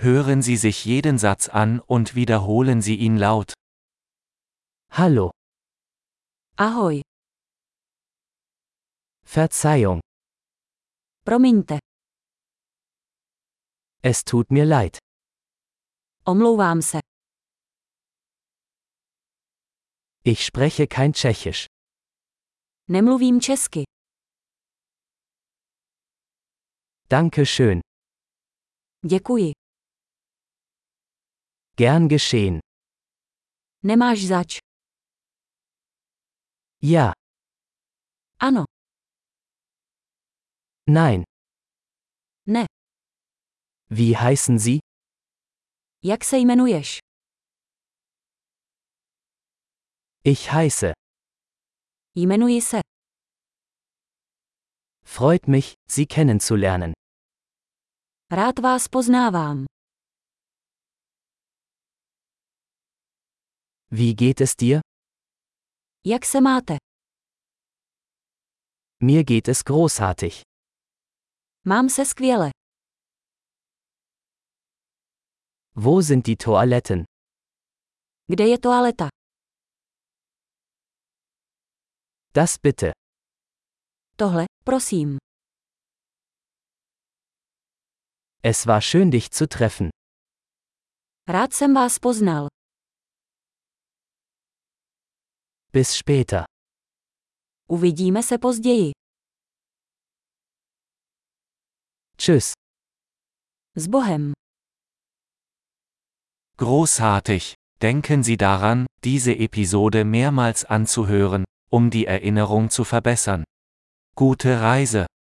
Hören Sie sich jeden Satz an und wiederholen Sie ihn laut. Hallo, Ahoj, Verzeihung, promiňte, es tut mir leid. omlouvám se, Ich spreche kein Tschechisch. nemluvím česky, Danke schön. děkuji, Gern geschehen. nemáš zač, Ja, ano, nein. Ne. Wie heißen Sie? jak se jmenuješ? Ich heiße. Jmenuji se, Freut mich, Sie kennenzulernen. rád vás poznávám, Wie geht es dir? jak se máte? Mir geht es großartig. Mám se skvěle, Wo sind die Toiletten? kde je toaleta? Das bitte. Tohle, prosím, Es war schön, dich zu treffen. rád jsem vás poznal, Bis später. uvidíme se později, Tschüss. s Bohem. Großartig! Denken Sie daran, diese Episode mehrmals anzuhören, um die Erinnerung zu verbessern. Gute Reise!